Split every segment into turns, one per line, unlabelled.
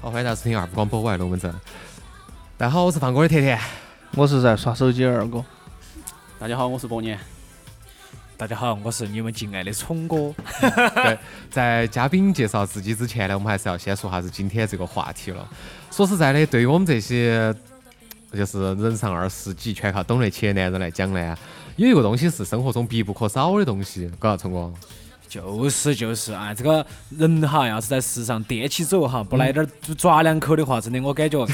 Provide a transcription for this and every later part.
好，欢迎大家收听二部广播，我爱龙门阵。大家好，我是放歌的甜 甜。
我是在耍手机的二哥，
大家好，我是伯年。
大家好，我是你们敬爱的聪哥。
对，在嘉宾介绍自己之前呢，我们还是要先说下子今天这个话题了。说实在的，对于我们这些就是人上二十几全靠懂得起的男人来讲呢，有一个东西是生活中必不可少的东西，嘎，聪哥。
就是就是啊，这个人哈，要是在世上踮起走哈，不来点儿抓两口的话，真的 我感觉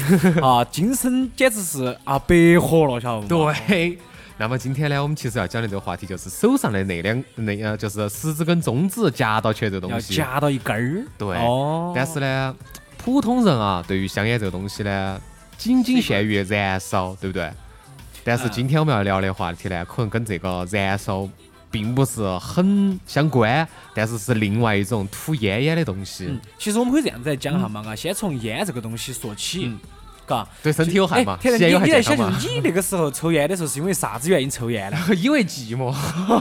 啊，今生简直是啊白活了，晓得不嘛？
对。那么今天呢，我们其实要讲的这个话题就是手上的那两那呃，就是食指跟中指夹到起来这个东
要
西。
夹到一根儿。
对，
哦。
但是呢，普通人啊，对于香烟这个东西呢，仅仅限于燃烧，对不对？但是今天我们要聊的话题呢，可能跟这个燃烧并不是很相关，但是是另外一种吐烟烟的东西，
嗯，其实我们可以这样子来讲哈嘛，啊，先从烟这个东西说起，嘎。
对身体有害嗯嘛？吸
哎
烟
天
有
你
害
你在
健
想，
康
就
嘛？
是你那个时候抽烟的时候，是因为啥子 原因 抽烟呢？
因为寂寞，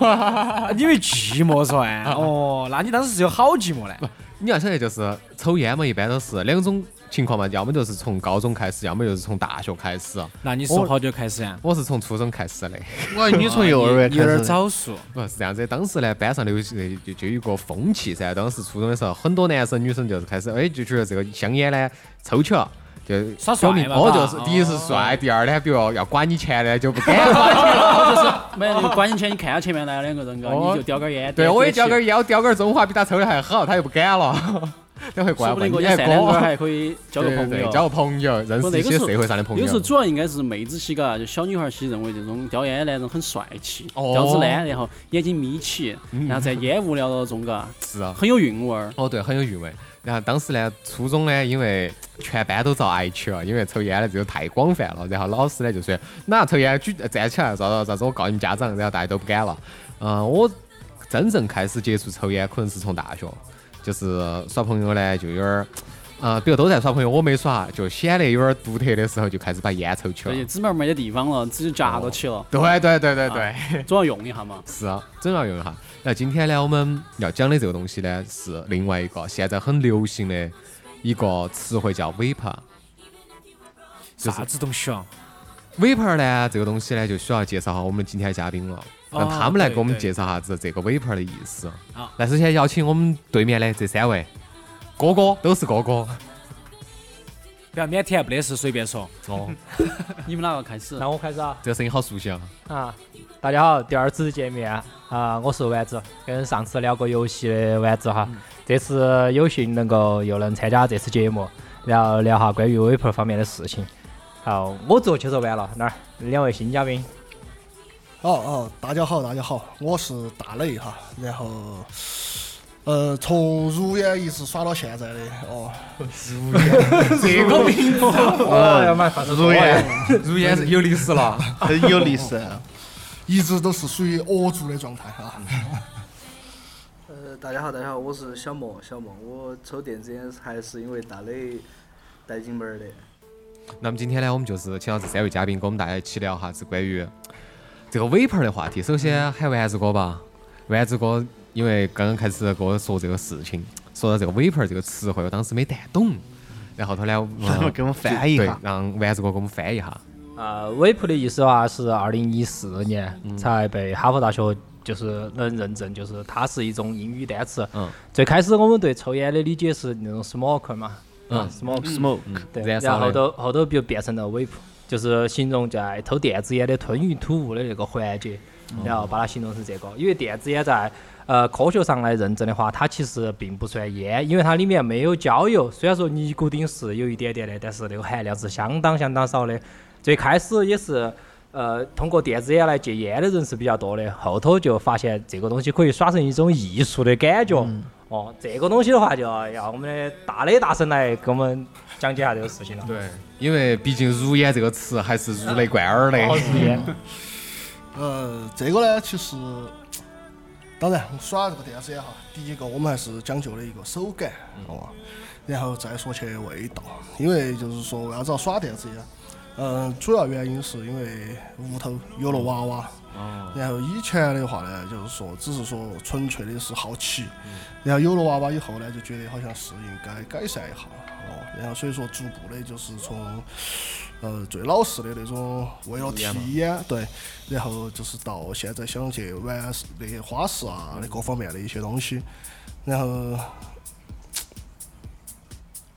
啊因为寂寞噻。哦，那你当时是有好寂寞呢？
你要晓得，就是抽烟嘛，一般都是两种情况嘛，要么就是从高中开始，要么就是从大学开始。啊
那你说好久开始呀？啊
我是从初中开始的。
我你从幼儿园
啊
你有
开
点
始的，
早熟。
不是这样子，当时呢，班上流行就就有一个风气噻。当时初中的时候，很多男生女生就是开始，哎，就觉得这个香烟呢抽起了，就
耍帅
表明
嘛
哦，
嘎
就是第一是帅，第二呢，比如要管你钱呢，就不 敢管。
没有，关键前你看到前面来两个人，嘎，
哦
你就叼根烟。
对，
点
我也
起
叼根，烟，我叼根中华，比他抽的还好，他又不敢 了，等会
说
怪
不
问
定
你
过去
哎
三两根
哥，
还可以交个
对对
朋
对
友。，
交个朋友，认识
不那
一
个
些
时候
社会上的朋
有时候
友。
主要应该是妹子起，嘎，就小女孩起，认为这种叼烟的男人很帅气，
哦
叼支烟，然后眼睛眯起，
嗯
然后在烟雾缭绕中，嘎，
是啊，
很有韵味儿。
哦，对，很有韵味。然后当时呢，初中呢，因为全班都遭挨起了，因为抽烟呢这个太广泛了。然后老师呢就说，哪抽烟举站起来，咋咋咋子，我告你们家长。然后大家都不敢了。嗯、我真正开始接触抽烟，可能是从大学，就是耍朋友呢就有点儿，呃，比如都在耍朋友，我没耍，就显得有点儿独特的时候，就开始把烟抽起
对，就
了。
指拇儿没得地方了，只有夹到起了，啊
对对对对 对。
总要用一下嘛。
是啊，真要用一下。那今天呢，我们要讲的这个东西呢，是另外一个现在很流行的一个词汇，叫 vapor。就是
啥子东西啊？
vapor 呢，这个东西呢，就需要介绍下我们今天的嘉宾了，让他们来给我们介绍下子这个 vapor 的意思。
好
那首先邀请我们对面的这三位哥哥，都是哥哥。
不要腼腆，不得事随便说。
哦，
你们哪个开始？
那我开始啊
这个声音好熟悉啊！
啊！大家好，第二次见面啊，我是丸子，跟上次聊过游戏的丸子哈，这次有幸能够又能参加这次节目，然后聊下关于 Vapor 方面的事情。好，我自我介绍完了，那儿两位新嘉宾，
哦哦，大家好，大家好，我是大磊哈，然后，呃，从如烟一直耍到现在的哦，
这个名字，
哦，要买发
如
烟，如烟是有历史了。
有历史。
一直都是属于恶族的状态哈。
呃，大家好，大家好，我是小莫，小莫，我抽电子烟还是因为大磊带进门儿的。
那么今天呢，我们就是请到这三位嘉宾，跟我们大家一起聊哈子关于这个 vapor 的话题。首先喊丸子哥吧，丸子哥因为刚刚开始跟我说这个事情，说到这个 vapor 这个词汇，我当时没带懂，然后头呢，
咱们
嗯
给我们翻译一
对
下，，
让丸子哥给我们翻译一下。
啊 Vapor 的意思啊是二零一四年
嗯
才被哈佛大学就是能认证，就是它是一种英语单词。
嗯。
最开始我们对抽烟的理解是那种 smoke 嘛，
嗯
啊 smoke
smoke
对，
燃
然
烧
后
的
头后头就变成了尾部，就是形容在抽电子烟的吞云吐雾的那个环节，
嗯
然后把它形容成这个。因为电子烟在呃科学上来认证的话，它其实并不算烟，因为它里面没有焦油。虽然说尼古丁是有一点点的，但是那个含量是相当相当少的。最开始也是。呃，通过电子烟来戒烟的人是比较多的，后头就发现这个东西可以耍成一种艺嗯哎术的感觉。哦，这个东西的话，就要我们的大磊大神来给我们讲解下这个事情了。
对，因为毕竟“如烟”这个词还是哦如雷贯耳的。
好日烟，
呃，这个呢，其实当然耍这个电子烟哈，第一个我们还是讲究的一个手感，好吧？然后再说起味道，因为就是说为啥子要耍电子烟？嗯、主要原因是因为屋头有了娃娃。然后以前的话呢，就是说只是说纯粹的是好奇，然后有了娃娃以后呢，就觉得好像是应该改善一下哦。然后所以说逐步的，就是从呃最老式的那种为了体验
嗯
对，然后就是到现在想去玩那些花式啊，那各方面的一些东西，然后。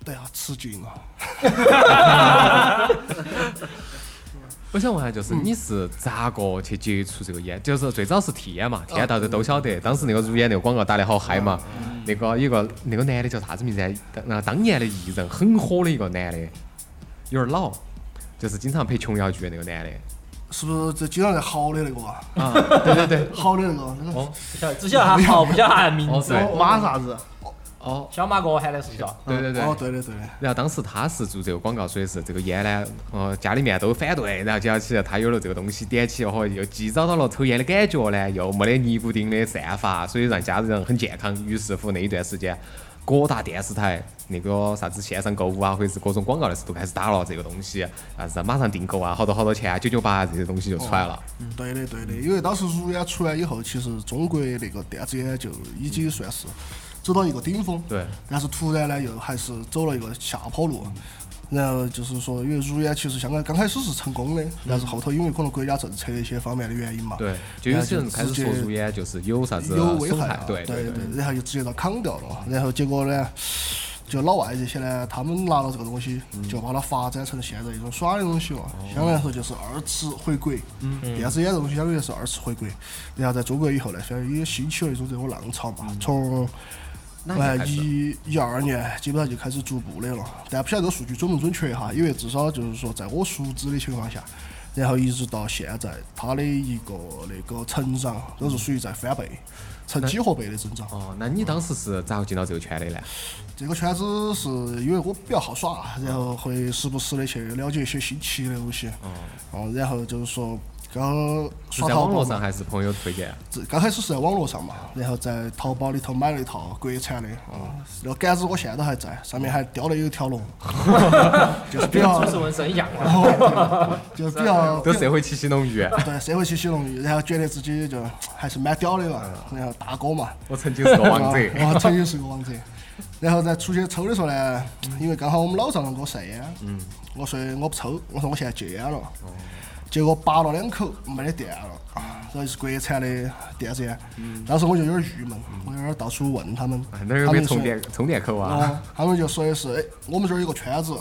对啊，吃惊了。
我想问下，就是你是咋个去接触这个烟？就是最早是体验嘛，体验大家都晓得。当时那个如烟那个广告打得好嗨嘛，那个有个那个男的叫啥子名字啊？那当年的艺人很火的一个男的，有点老，就是经常拍琼瑶剧的那个男的。
是不是这经常在嚎的那个啊？
啊，对对对，
嚎的那个，那个
只晓得他好，不晓得他的名
哦
字。
对，
马啥子？
哦
小马哥喊的是不是啊？
对对对。
哦，对的对的。
然后当时他是做这个广告，所以是这个烟呢，呃，家里面都反对，然后接起来他有了这个东西点起，哦，又既找到了抽烟的感觉呢，又没得尼古丁的散发，所以让家人很健康。于是乎那一段时间，各大电视台那个啥子线上购物啊，或者是各种广告的时候都开始打了这个东西，啥子马上订购啊，好多好多钱啊，九九八啊这些东西就出来了。
嗯对的，对的，因为当时如烟出来以后，其实中国那个电子烟就已经算是走到一个顶峰，
对，
但是突然呢又还是走了一个下坡路。然后就是说，因为如烟其实香港刚开始是成功的，但是后头因为可能国家政策的一些方面的原因嘛，
对，就有些人开始说
然后就直接
入烟就是有啥子
有危
损
害
害
啊，，
对
对
对对。
然后就直接遭扛掉了。然后结果呢，就老外这些呢，他们拿了这个东西，
嗯
就把它发展成现在一种耍的东西嘛。
哦
相对来说就是二次回归，
嗯
电子烟这东西相当于是二次回归。然后在中国以后呢，相当于也兴起了一种这种浪潮
嗯
嘛，从。
那年开始
哎一一二年基本上就开始逐步的了，但不晓得这个数据准不准确哈，因为至少就是说，在我熟知的情况下，然后一直到现在，它的一个那个成长都是属于在翻倍，成几何倍的增长。
哦，那你当时是咋个进到这个圈的呢？
这个圈子是因为我比较好耍，啊然后会时不时的去了解一些新奇的东西。哦，然后就是说，刚
嗯是
耍
在
淘
网
宝
络
嘛
上还是朋友推荐？
这刚开始是在网络上嘛，然后在淘宝里头买了一套国产的啊，那个杆子我现在都还在，上面还雕了有一条龙， 就是比
跟
较
主，持人是一样的。
就是 比较
都社会气息浓 郁。
对社会气息浓郁，然后觉得自己就还是蛮屌的了，然后大哥嘛，
我曾经是个王 者。
啊我曾经是个王者。然后在出去抽的时候呢，因为刚好我们老丈人给我晒烟，
嗯
我说我不抽，我说我现在戒烟了，
哦
结果拔了两口没得电了，啊然后是国产的电子烟，当时我就有点郁闷，我有点到处问他们，
啊
他
哪儿有嗯个
们说
充电充电口啊？
啊，他们就说的是，哎，我们这儿有个圈子，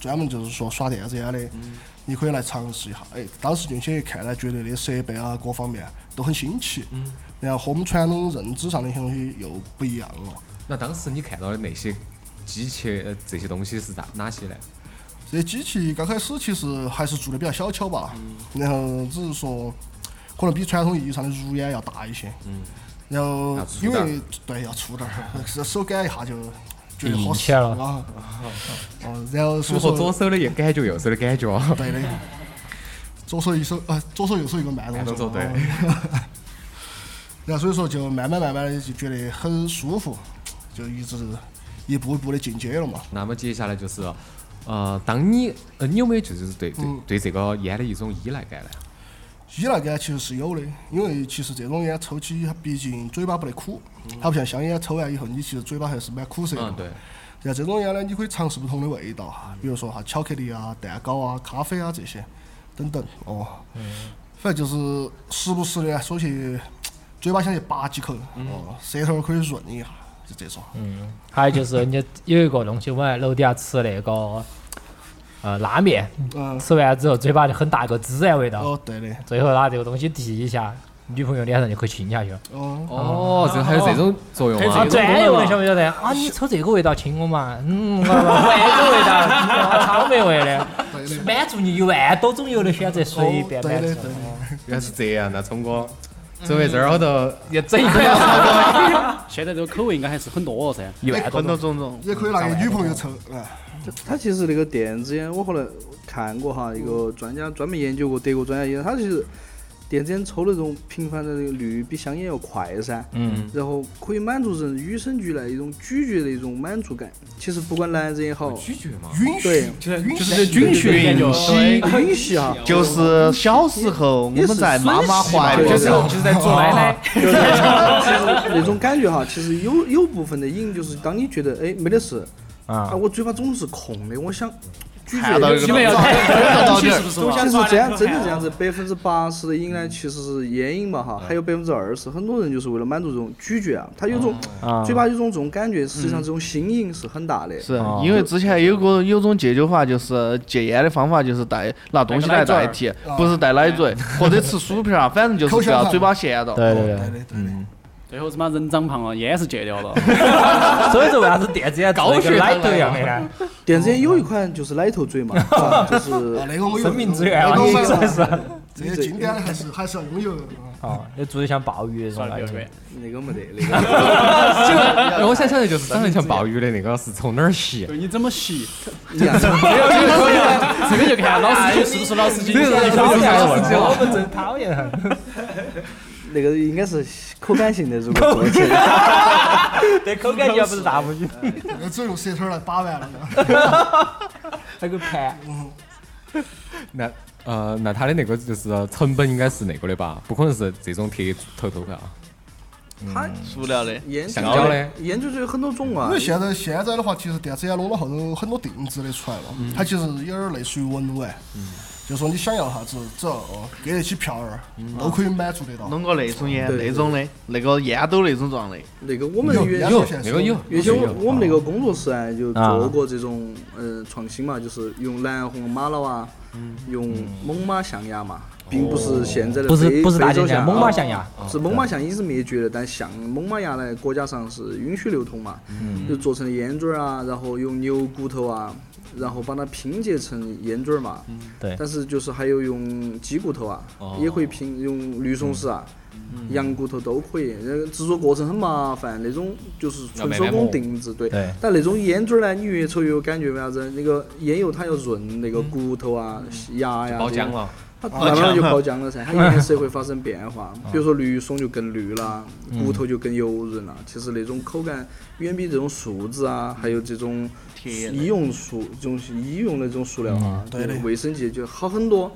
专门就是说耍电子烟的，
嗯
你可以来尝试一下。哎，当时进去一看呢，觉得那设备啊各方面都很新奇，
嗯
然后和我们传统认知上的一些东西又不一样了。
那当时你看到的那些机器呃这些东西是咋哪些呢？
这机器刚开始其实还是做的比较小巧吧，
嗯
然后只是说可能比传统意义上的如烟要大一些，然后
嗯要粗
因
点儿
为对要粗点儿， 是手感一下就觉得好
硬起来了
爽 啊，哦，然后所
符
以
合
说
左手的也感觉，右手的感 觉。
对的，左手一手呃，左手右手一个慢动
慢动
作，
作对
哦。 然后所以说就慢慢慢慢的就觉得很舒服，就一直一步一步的进阶了嘛。
那么接下来就是，呃，当你呃，你有没有就是对对对这个烟的一种依赖感呢？
依赖感其实是有的，因为其实这种烟抽起它毕竟嘴巴不得苦，它不像香烟抽完以后，你其实嘴巴还是蛮苦涩的。
嗯，对。
像这种烟呢，你可以尝试不同的味道，比如说哈巧克力啊、蛋糕啊、咖啡啊这些等等哦。反正就是时不时的说去，嘴巴想去拔几口，哦，舌头可以润一下，就这种。
嗯
还有就是你有一个东西，我在楼底下吃那个呃拉面，
嗯，
吃完之后嘴巴就很大一个孜然味道，
哦，对的，
最后拿这个东西滴一下，女朋友脸上就可以亲下去了。
哦，
哦，这还有这种作用
啊，
啊！
专有的晓不晓得？啊，你抽这个味道亲我嘛？嗯，我换一 个味道，啊草莓味的，满足你一万多种油的选择，随便
对
满
的，对
足。
的。
原来是这样，那聪哥准备这儿后头
也整一盘。
现在这个口味应该还是很多噻。
一万多
混
种
到种种，
也可以拿给女朋友抽啊。
他其实那个电子烟，我后来看过哈，一个专家专门研究过，德国专家研究，他其实电子烟抽那种频繁的那个率比香烟要快噻，
嗯，
然后可以满足人与生俱来一种咀嚼的一种满足感。其实不管男人也好，
拒绝嘛。
允许，
对，
就是允
允
许，
允许哈，
就是小时候我们在妈妈怀抱
也是
上
顺，
就是在做奶奶，
就是那种感觉哈。其实有有部分的瘾，就是当你觉得哎没得事，
啊
啊，我嘴巴总是空的，我想咀嚼
看到一个
你们要
看到 这
东西
儿
是不是
其
嘛？
实这样真的这样子，百分之八十的瘾呢，其实是烟瘾嘛哈，还有百分之二十，很多人就是为了满足这种咀嚼啊，他有种
啊
嘴巴有种这种感觉，实际上这种心瘾是很大的。
是
哦
因为之前有个有种戒酒法，就是戒烟的方法就是带拿东西来代替，
啊
不是带奶嘴 或者吃薯片儿，反正就是不要嘴巴闲着。
对对对。
对的对的。
最后他妈人长胖了，烟是戒掉了，
所以说为啥子电子烟高血奶头一样的 呢？
电子烟有一款就是奶头嘴嘛，是吧就是
啊，那个我有
生命之源啊
那个我有
你 真是
这些经典的还是还是要拥有的啊。
哦，那做的像鲍鱼那种奶头。
那个没得那个。
哎我想想的就是长得像鲍鱼的那个是从哪儿吸？
对你怎么吸？
你看
这个就看老司机是不是老司机。
我们真讨厌 他。
那个应该是口感性的，如果做起来，
这口感要不是大不语，
那个只用舌头来把玩了。
那个盘。
那呃，那它的那个就是成本应该是那个的吧？不可能是这种贴头头的啊。
它
塑料的，
研究
橡胶嘞
研究就有很多种啊
因为。现在现在的话，其实电子烟攞了后头很多定制的出来了，它其实有点儿类似于文玩，就说你想要啥子，只要哦给得起票儿，都可以满足得到。
弄个那种烟，
对对
那种的，那个烟斗那种状的，
那个我们
有
原
有
有
现
那
实
个有，
原先我我们那
个
个工作室啊，就
啊
做过这种呃创新嘛，就是用蓝红玛瑙啊，用猛犸象牙嘛，并不是现在的
嗯哦不是
非
不是大
非洲
象
象，
牙，猛犸象牙。
啊，是猛犸象已经是灭绝了，但象猛犸牙呢，国家上是允许流通嘛，就做成烟嘴儿啊，然后用牛骨头啊，然后把它拼接成烟嘴儿嘛，
对
但是就是还有用鸡骨头啊，也可以拼用绿松石啊。羊骨头都可以，那个制作过程很麻烦，那种就是纯手工定制，对。
对
但那种烟嘴儿呢，你越抽越有感觉，为啥子？那个烟油它要润那个骨头啊、牙呀，
包
这些
浆了，
它慢慢啊就爆浆了噻，它颜色会发生变化，比如说绿松就更绿啦，骨头就更油润了。其实那种口感远比这种树脂啊，还有这种
铁的
医用塑这种医用的这种塑料啊，
对的
卫生界就好很多。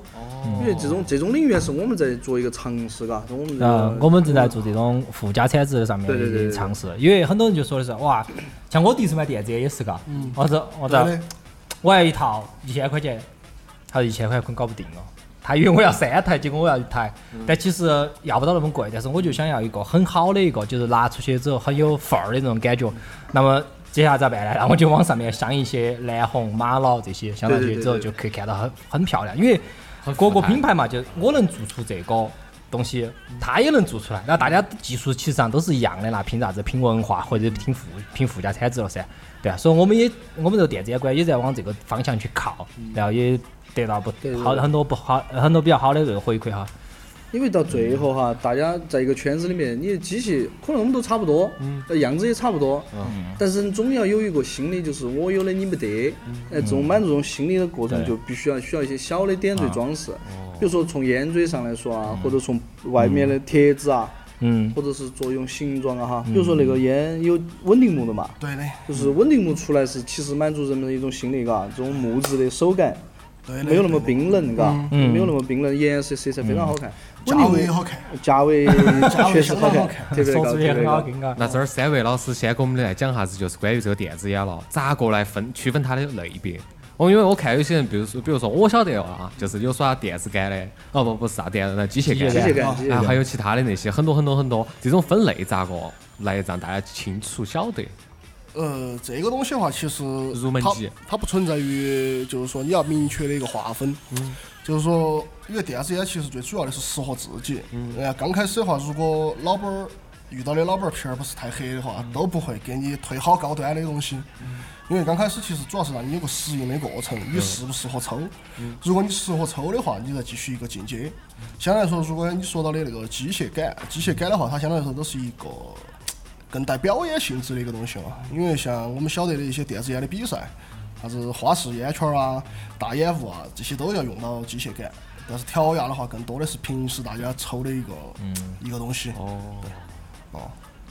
因为这种这种领域是我们在做一个尝试，嘎，我们这
啊
个，
我们正在做这种附加产值的上面
对对对
的
对
尝试，因为很多人就说的是哇，像我第一次买电子烟也是嘎，我说我
对
操，
的，
我要一套一千块钱，他说一千块钱搞不定了。他以为我要三台，结果我要一台，
嗯
但其实要不到那么贵，但是我就想要一个很好的一个，就是拿出去之后很有范儿的那种感觉。那么接下来咋办呢？那我就往上面镶一些蓝红、玛瑙这些，镶
对
上
对
去
对
之后
对
就可以看到很很漂亮，因为各个品牌嘛，就我能做出这个东西，他也能做出来，那大家技术其实上都是一样的，那凭啥子拼文化或者拼附拼附加产值了噻？对啊，所以我们也我们这个电子烟馆也在往这个方向去靠，然后也得到不
对对对
好很多不好很多比较好的这个回馈哈。
因为到最后哈，大家在一个圈子里面，你的机器可能我们都差不多，
嗯
呃样子也差不多，但是你总要有一个心理，就是我有的你没得，哎，这种满足这种心理的过程
嗯对哦
就必须要需要一些小的点缀装饰，比如说从烟嘴上来说啊，或者从外面的贴纸啊，
嗯，
或者是做用形状啊哈，比如说那个烟有稳定木的嘛，
对的，
就是稳定木出来是其实满足人们的一种心理嘎，这种木质的手感
对的。
没有那么冰冷嘎，
嗯
没有那么冰冷，颜色色彩非常好看，
价
稳定木
位也好看，
价 位确实好看，特别
说
高，特
出去
别
很
高。
好听啊。
那这儿三位老师先给我们来讲下子，就是关于这个电子烟了，咋个来分区分它的类别？哦，因为我看有些人，比如说，比如说我晓得啊，就是有耍电子杆的，哦不不是啥电子杆，机械
机械感，
杆
机
的，
械
然后
感。
还有其他的那些很多很多很多，这种分类咋个来让大家清楚晓得？
呃，这个东西的话，其实
入门
它
级
它不存在于就是说你要明确的一个划分，就是哎说因为电子烟其实最主要的是适合自己。嗯，呃，刚开始的话，如果老板儿遇到的老板儿皮儿不是太黑的话，
嗯
都不会给你推好高端的东西。因为刚开始其实主要是让你有个适应的过程，你适不适合抽。
嗯
如果你适合抽的话，你再继续一个进阶。相对来说，如果你说到的那个机械感，机械感的话，它相对来说都是一个更带表演性质的一个东西嘛。因为像我们晓得的一些电子烟的比赛，啥子花式烟圈啊、大烟雾啊，这些都要用到机械感。但是调压的话，更多的是平时大家抽的一个、一个东西。哦，哦，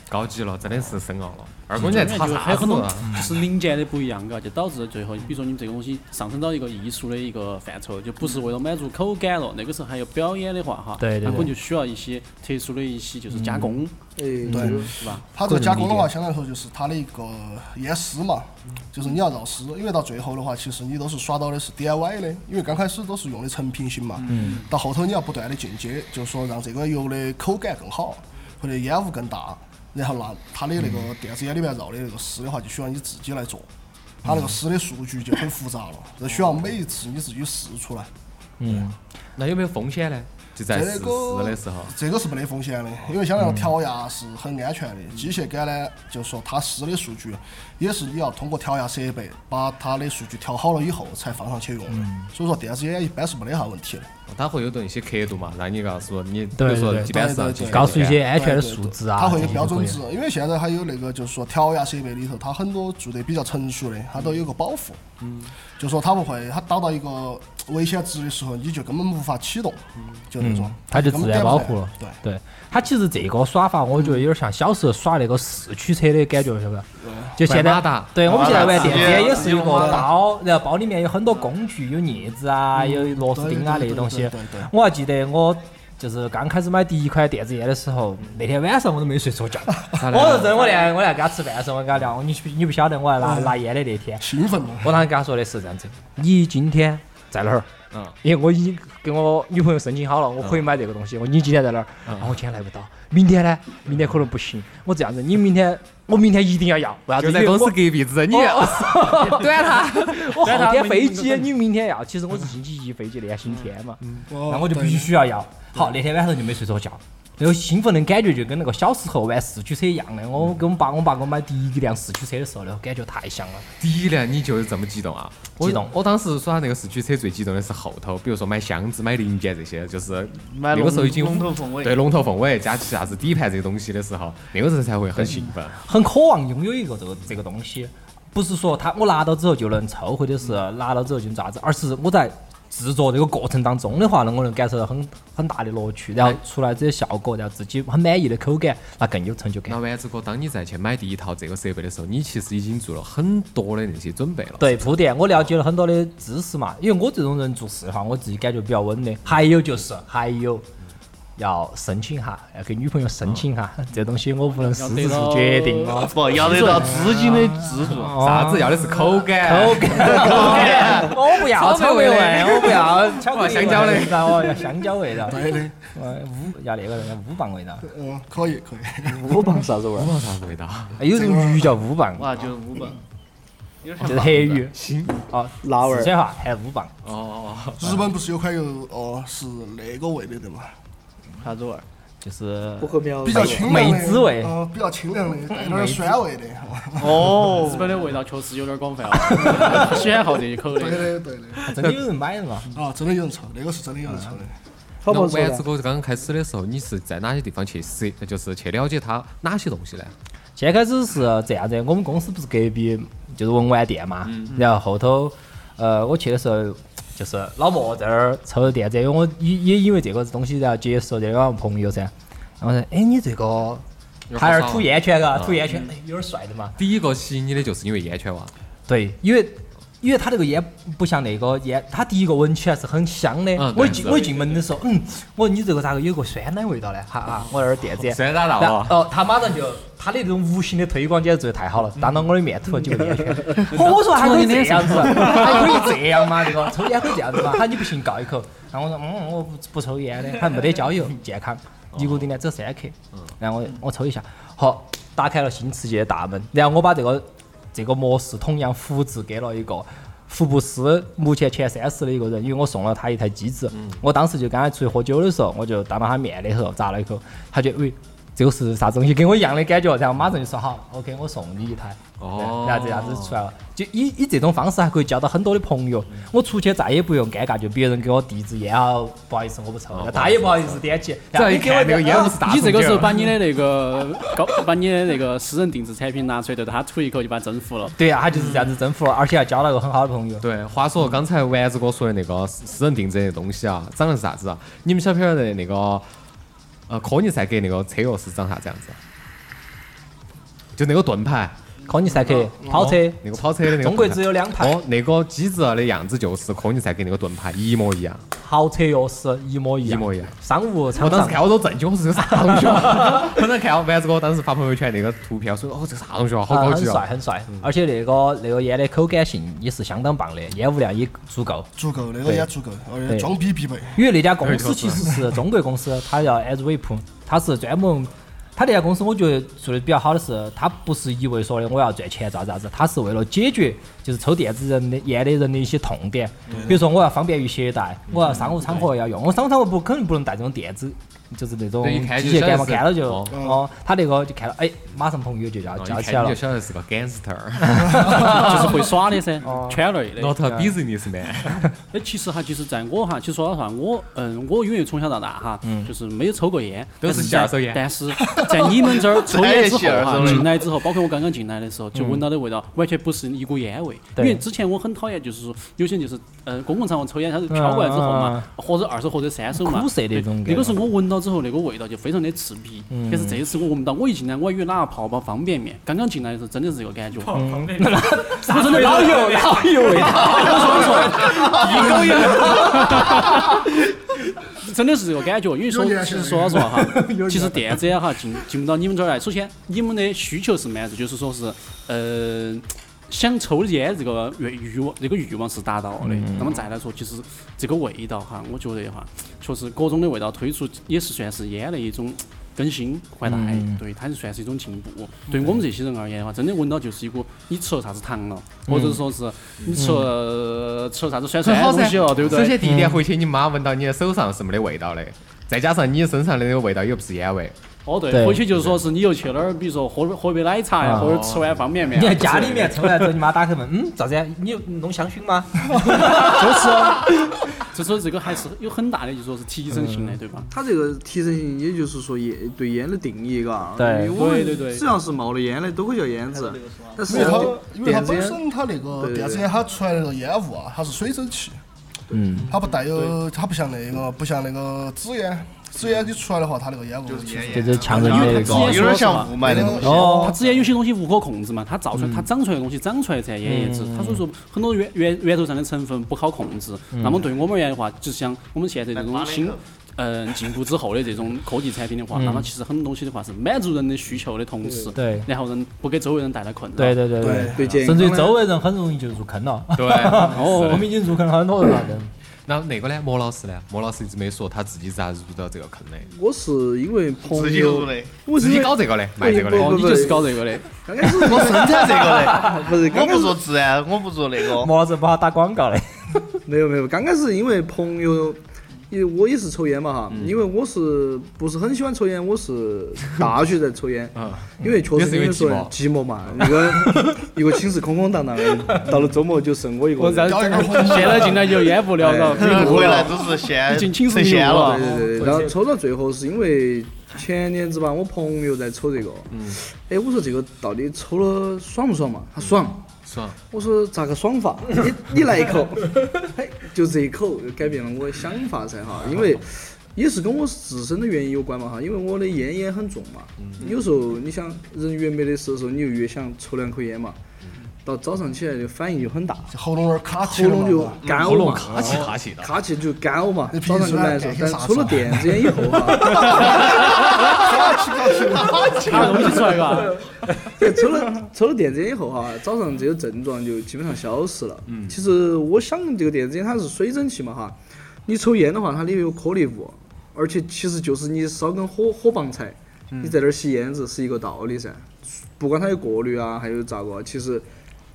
高级了，真的是深奥了。二哥，你在查
嗯就
啥
还有很
子
多嗯
啊？
就是零件的不一样，嘎，就导致最后，比如说你们这个东西上升到一个艺术的一个范畴，就不是为了满足口感了，那个时候还有表演的话，哈，
对对对
那可能就需要一些特殊的一些就是加工，
哎，对
对
是吧？
它这个加工的话，相对来说就是它的一个验尸嘛，就是你要绕丝，因为到最后的话，其实你都是耍到的是 DIY 的，因为刚开始都是用的成品型嘛，到后头你要不断的进阶，就是说让这个油的口感更好，或者烟雾更大，然后那它的那个电子烟里面绕的那个丝的话，就需要你自己来做，它那个丝的数据就很复杂了，这需要每一次你自己试出来。
那有没有风险呢？就在试
这
试
个
的时候，
这个是没得风险的，因为相对来说调压是很安全的。机械感呢，就是说它湿的数据也是你要通过调压设备把它的数据调好了以后才放上去用的。
嗯
所以说电子烟一般是没得啥问题的。
它哦会有一些刻度嘛，让你告诉你，比
对
如说
对
基本上是要
对对
几
对
告诉一些安全的
对对对
数值啊，
它会有
这些
标准
就可以
值
了。，
因为现在还有那个就是说调压设备里头，它很多做得比较成熟的，它都有个保护，
嗯
就说它不会，它达到一个危险值的时候，你就根本无法启动，就那种
嗯，它就
根本
自然
改不
保
来
护了
对。
对，它其实这个耍法，我觉得
嗯
有点像小时候耍那个四驱车的感觉，晓得吧？就现
玩马
在
达，
对我们现在
马
玩
达
电子烟也是一个
自己用马达
包，然后包里面有很多工具，有镊子啊，有螺丝钉啊那些东西
嗯对对对对对对。
我还记得我。就是刚开始买第一块电子烟的时候，那天晚上我都没睡着觉。 我是真，我那我那跟他吃饭的时候，我跟他聊，你你不晓得我还
嗯
拿拿烟的那天，
兴奋了。
我当时跟他说的是这样子：你今天在哪儿？
嗯，
因为我已经跟我女朋友申请好了，我可以买这个东西。我你今天在哪儿？啊，我今天来不到。明天呢？明天可能不行。我这样子，你明天，我明天一定要要。为啥子？
就
因
在
为
公司
我
隔壁子，你
哦
哦
短他， 我
短他
后天
我
飞
明
机，你啊明天要。其实我是星期一飞机，连星期天嘛，
那
那我就必须要要。好，那天晚上就没睡着觉。那个兴奋的感觉就跟那个小时候玩四驱车一样的，我跟我爸我爸给我买第一辆四驱车的时候，那个感觉太像了。
第一辆你就是这么激动啊？我
激动
我当时耍那个四驱车最激动的是后头，比如说买箱子、买零件这些，就是
买
那个时候已经
龙头凤尾
对龙头凤尾加起啥子底盘这些东西的时候，那个时候才会很兴奋。
嗯
很渴望拥有一个这个这个东西，不是说他我拿到之后就能抽，或者是拿到之后就能咋子，而是我在制作这个过程当中的话呢，我能感受到很很大的乐趣，
哎
然后出来这些效果，然后自己很满意的口感，那更有成就
那
感。
丸子哥，当你再去买第一套这个设备的时候，你其实已经做了很多的那些准备了。
对铺垫，我了解了很多的知识嘛，因为我这种人做事的话，我自己感觉比较稳的。还有就是，还有要申请哈，要给女朋友申请哈，这东西我不能私自
要得
做
到
决定哦。
不要得到资金的资助。
啥子要的是口感？
口感，我不要草莓味，我不要巧克力
香蕉
味，我要香蕉 味的，
对的，
呃五要那个要乌棒味的，
嗯，可以可以。
五磅啥子味儿？
不知道啥子味道，
哎有种鱼叫乌棒，
哇，就是五 本，有点
就
像
是
棒
黑鱼，
啊，辣味
四
儿。
川话喊乌棒，
日本不是有款有哦是那个味的对嘛？
啥子味儿？
就是
不。合苗
比较
青。
清凉的
梅子味
嗯，比较清凉的，带点儿酸味的。哦
哦
日本的味道确实有点广泛啊，喜欢好这一口
对
的。
的对的，
真的有人买的嘛？
啊，真的有人抽，那个是真的有人抽的。
好
那
哦
不好吃
丸子
呢？
哥刚刚开始的时候，你是在哪些地方去试，就是去了解它哪些东西呢？
先开始是这样子，我们公司不是隔壁就是文玩店嘛，然后后头，呃，我去的时候就是老莫在那儿抽电子烟，因为我也也因为这个东西然后结识了这个朋友噻，然后说，哎，你这个他那儿吐烟圈嘎，吐烟圈，哎，有点帅的嘛。
第一个吸引你的就是因为烟圈哇，
对，因为因为它这个烟不像那个烟，它第一个闻起来是很香的。
嗯
我
对
一进
是
我一进门的时候，嗯，我说你这个咋个有个酸奶味道呢？哈啊，我那儿电子 烟。
酸奶大
然
了。
哦，他马上就他的这种无形的推广简直做得太好了，当着我的面吐了几个烟圈。 我说还可以这样子，还可以这样吗？这个抽烟可以这样子吗？他你不信告一口。然后我说嗯，我不不抽烟的，他没得焦油，健康，
哦
尼古丁呢只有三克。
嗯
然后我我抽一下，好，打开了新世界的大门。然后我把这个这个模式同样复制给了一个福布斯目前前三十的一个人，因为我送了他一嗯台机子。我当时就跟他出去喝酒的时候，我就当着他面的时候砸了一口，他就喂，这个是啥子东西，给我一样的感觉，然后马上就说好，OK，我送你一台，
哦
对然后这样子出来了，就以以这种方式还可以交到很多的朋友。我出去再也不用尴尬，就别人给我递一支烟啊，不好意思，我不抽，他也不好意思点啊起，然后
再一
你给我
看那个烟雾是大
你
众
这个时候
酒
把你的那个高，把你的那个私人定制产品拿出来，对他吐一口就把他征 服了。
对呀、啊他就是这样子征服了，而且还交了一个很好的朋友。
对，话说刚才丸子哥说的那个私私人定制的东西啊，长得是啥子啊？你们晓不晓得那个呃科尼赛格那个车钥匙长啥子样子啊？就那个盾牌，哦
科尼赛克跑车，
那个跑车的那个盾牌。
中国只有两台
哦，那个机制的样子就是科尼赛格那个盾牌一模一样。
豪车钥匙一模一样，
一模一样
商务
我
舱
当
上
时看我都震惊，我说这个啥东西啊？ 我当时看我丸子哥当时发朋友圈那个图片，我说哦这个啥东西啊，好
啊
高
很
级
帅
啊！
很帅，而且那个那个烟的口感性也是相当棒的，烟雾量也足够。
足够，那个也足够，而且
对
装逼必备。
因为那家公司其实是中国公司，它叫 a d w i p 它是专门，它那家公司我觉得做的比较好的是，它不是一味说的我要赚钱咋咋子，它是为了解决就是抽电子人的烟的人的一些痛点，比如说我要方便于携带，我要商务场合要用，我商务场合不肯定不能带这种电子。就是那种
嗯对一看就
机械感嘛，
晓得是
看了就
哦
哦，他那个就看了，哎，马上朋友就叫
哦
叫
一
起来
看你就，
了
晓得是个 gangster，
就是会耍的噻，
哦
圈内的。
not a businessman。
哎，其实哈，其实在我哈，其实说老实话，我嗯，我因为从小到大哈，
嗯
就是没有抽过烟，
都
但
是
是
吸二
在
手烟
但是在你们这儿抽烟 之
吸二
后
手
哈，
烟
进来之后，包括我刚刚进来的时候，就闻到的味道完全不是一股烟味。因
嗯对
为之前我很讨厌，就是说有些人就是嗯，公共场合抽烟，他是飘过来之后
嗯嗯
嘛，或者二手或者三手嘛，
苦涩的
对
那种感觉嗯
那个时候我闻到之后，那个味道就非常的刺鼻。但是这一次我闻到，我一进来我还以为拿了泡泡方便面，刚刚进来的时候真的是这个感觉。
啥子老油老油味道，
真的是这个感觉，因为说
有点儿
其实说老实话 哈，其实电子烟哈进进不到你们这儿来。首先，你们的需求是满足，就是说是呃想抽烟这个欲欲望这个欲望是达到的。
嗯
那么再来说，其实这个味道哈，我觉得哈，确实各种的味道推出也是算是烟的一种。更新换代，
嗯
对，它就算是一种进步。对我们这些人而言的话，真的闻到就是一股你吃了啥子糖了，或者说是你吃了吃了啥子酸
嗯很
酸的
好
东
噻
西哦了，对不对？
首先第一点，回去你妈闻到你的手上是没得味道的，再加上你身上的那个味道又不是烟味，
哦，对，
对
回去就是说是你又去那儿，比如说喝喝杯奶茶呀，
啊
或者吃碗方便面
你
啊。
看家里面出来之后，你妈打开门，嗯，咋子呀？你有弄香薰吗？
就说这个还是有很大的，就说是提升性的，对吧？
嗯
它这个提升性，也就是说烟对烟的定义，嘎。
对
因为我们
对对对
只要是冒了烟的，都会叫烟子。但
因
是
为它
要
因为它
电子
本
烟，
身它那个
对对
电子烟它出来的那个烟雾啊，它是水蒸气，
嗯，
它不带有，它不像那个不像那个纸烟，纸烟你出来的话，它那个烟雾就是烟
这就是强人的那
有
个
点像
雾霾那种。
它
哦，
之前有些东西无可控制嘛，它造出
嗯
来，它长出来的东西长出来噻，烟叶子，它所以说很多源源源头上的成分不好控制。
嗯
那么对我们而言的话，就像我们现在这种新。嗯，进步之后的这种科技产品的话，那么其实很多东西的话是满足人的需求的同时，
嗯对
然后人不给周围人带来困扰，
对，对对
对
对健
啊甚
康
至于
呢
周围人很容易就入坑了。
对，
哦我们已经入坑很多人 了，
然后那个呢，莫老师呢？莫老师一直没说他自己是咋入到这个坑的，
我是因为朋
自己
友
入，的，
我
自
是
己
因为
搞这个的，卖这个的。
哦，你就是搞这个的，
刚开始 我
我生产这 个
不哦
的，我
是刚开
不
始
做治安，我不做那个。
毛子不好打广告的。
没有没有，刚开始因为朋友，因为我也是抽烟嘛哈，
嗯
因为我是不是很喜欢抽烟，我是大学在抽 烟，因为确
啊也
实
是因
跟
为
你说的寂寞嘛，一个 一个寝室空空荡荡的，到了周末就剩我一个
我
人
然。现在进来就烟不聊到，
回来都是先
哎已经清
成
醒
仙
了
啊
了。
对对对，然后抽到最后是因为前年子吧，我朋友在抽这个，哎，我说这个到底抽了爽不爽嘛？他爽。
爽，
我说咋个爽法？你你来一口，嘿，就这一口改变了我的想法噻哈，因为也是跟我自身的原因有关嘛哈，因为我的烟烟很重嘛，有时候你想人越没得事的时候，你就越想抽两口烟嘛，到早上起来就反应就很大，
喉咙那儿卡起
喉
了
咙
嘛
就干
喉
呕
咙
嘛。
卡起卡起的。
卡起就干呕嘛
你，平
早
时
上就难受
干。些
但
啥
抽了
子啊
电子烟以后啊 哈，
拿东西出来嘎。
对抽了抽了电子烟以后哈，早上这个症状就基本上消失了。嗯，其实我想这个电子烟它是水蒸气嘛哈，你抽烟的话，它里面有颗粒物，而且其实就是你烧根火火棒柴，你在那儿吸烟子是一个道理噻。不管它有过滤啊，还有咋个，其实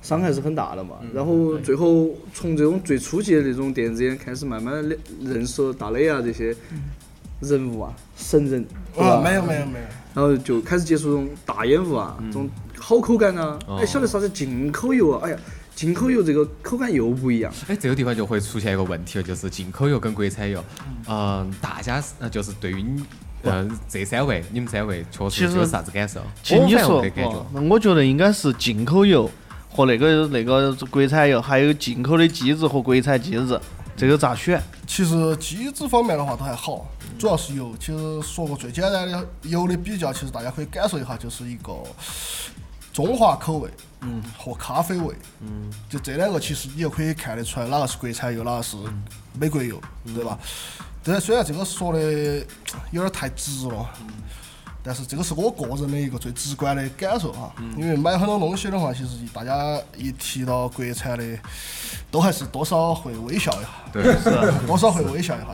伤害是很大的嘛。然后最后从这种最初级的那种电子烟开始，慢慢的认识了大磊啊这些人物啊，神人，对
啊，
吧？
没有没有没有，
然后就开始接触这种大烟雾啊，这种好口感啊，哎，晓得啥子进口油啊，哎呀，进口油这个口感又不一样。
哎，这个地方就会出现一个问题了，就是进口油跟国产油，嗯、大家是呃就是对于你呃这三位，你们三位确
其
实
实
有啥子感受？
其实你
我反而
说
没感觉
哦，，那我觉得应该是进口油和那个那个国产油，还有进口的鸡子和国产鸡子，这个咋选？
其实机制方面的话都还好，主要是油。其实说个最简单的油的比较，其实大家可以感受一下，就是一个中华口味，嗯，和咖啡味，嗯，就这两个其实你又可以看得出来哪个是国产油，哪个是美国油，对吧？这虽然这个说的有点太直了。但是这个是我个人的一个最直观的感受哈，因为买很多东西的话，其实大家一提到国产的，都还是多少会微笑一下，
对。
多少会微笑一下。